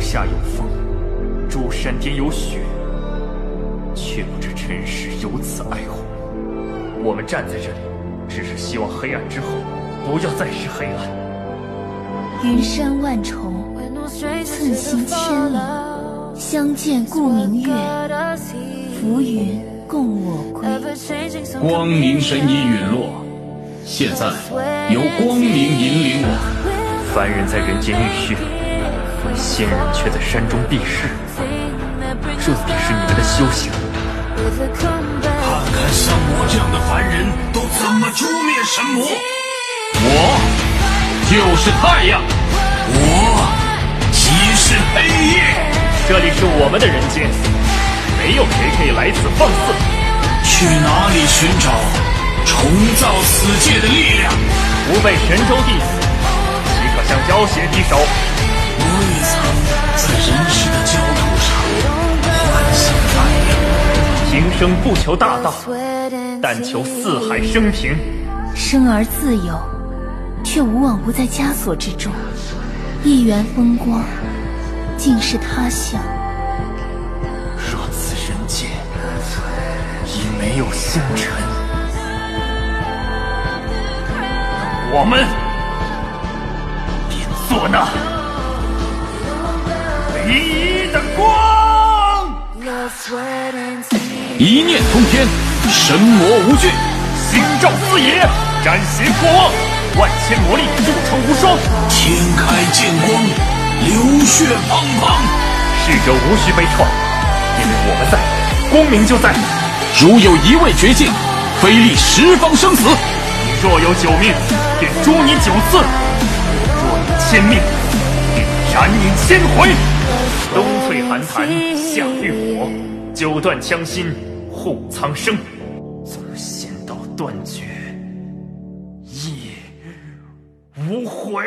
下有风，诸山巅有雪，却不知尘世有此哀鸿。我们站在这里，只是希望黑暗之后不要再是黑暗。云山万重，寸行千里，相见故明月。浮云共我归。光明神已陨落，现在由光明引领我。凡人在人间浴血，仙人却在山中避世，这便是你们的修行。看看像我这样的凡人都怎么诛灭神魔，我就是太阳，我即是黑夜，这里是我们的人间，没有谁可以来此放肆。去哪里寻找重造此界的力量？吾辈神州弟子，岂可向妖邪低首？我也曾在人世的焦土上幻想太阳。平生不求大道， 但求四海升平。生而自由，却无往不在枷锁之中。一园风光，尽是他乡。若此人间已没有星辰，我们便做那唯一的光。一念通天，神魔无惧。星照四野，斩邪破妄，万千魔力铸成无双。天开剑光，流血滂滂。逝者无需悲怆，因为我们在，光明就在。如有一位绝境，非立十方生死。你若有九命，便诛你九次；若有千命，便斩你千回。冬翠寒潭夏浴火，九段枪心护苍生。纵仙道断绝，亦无悔。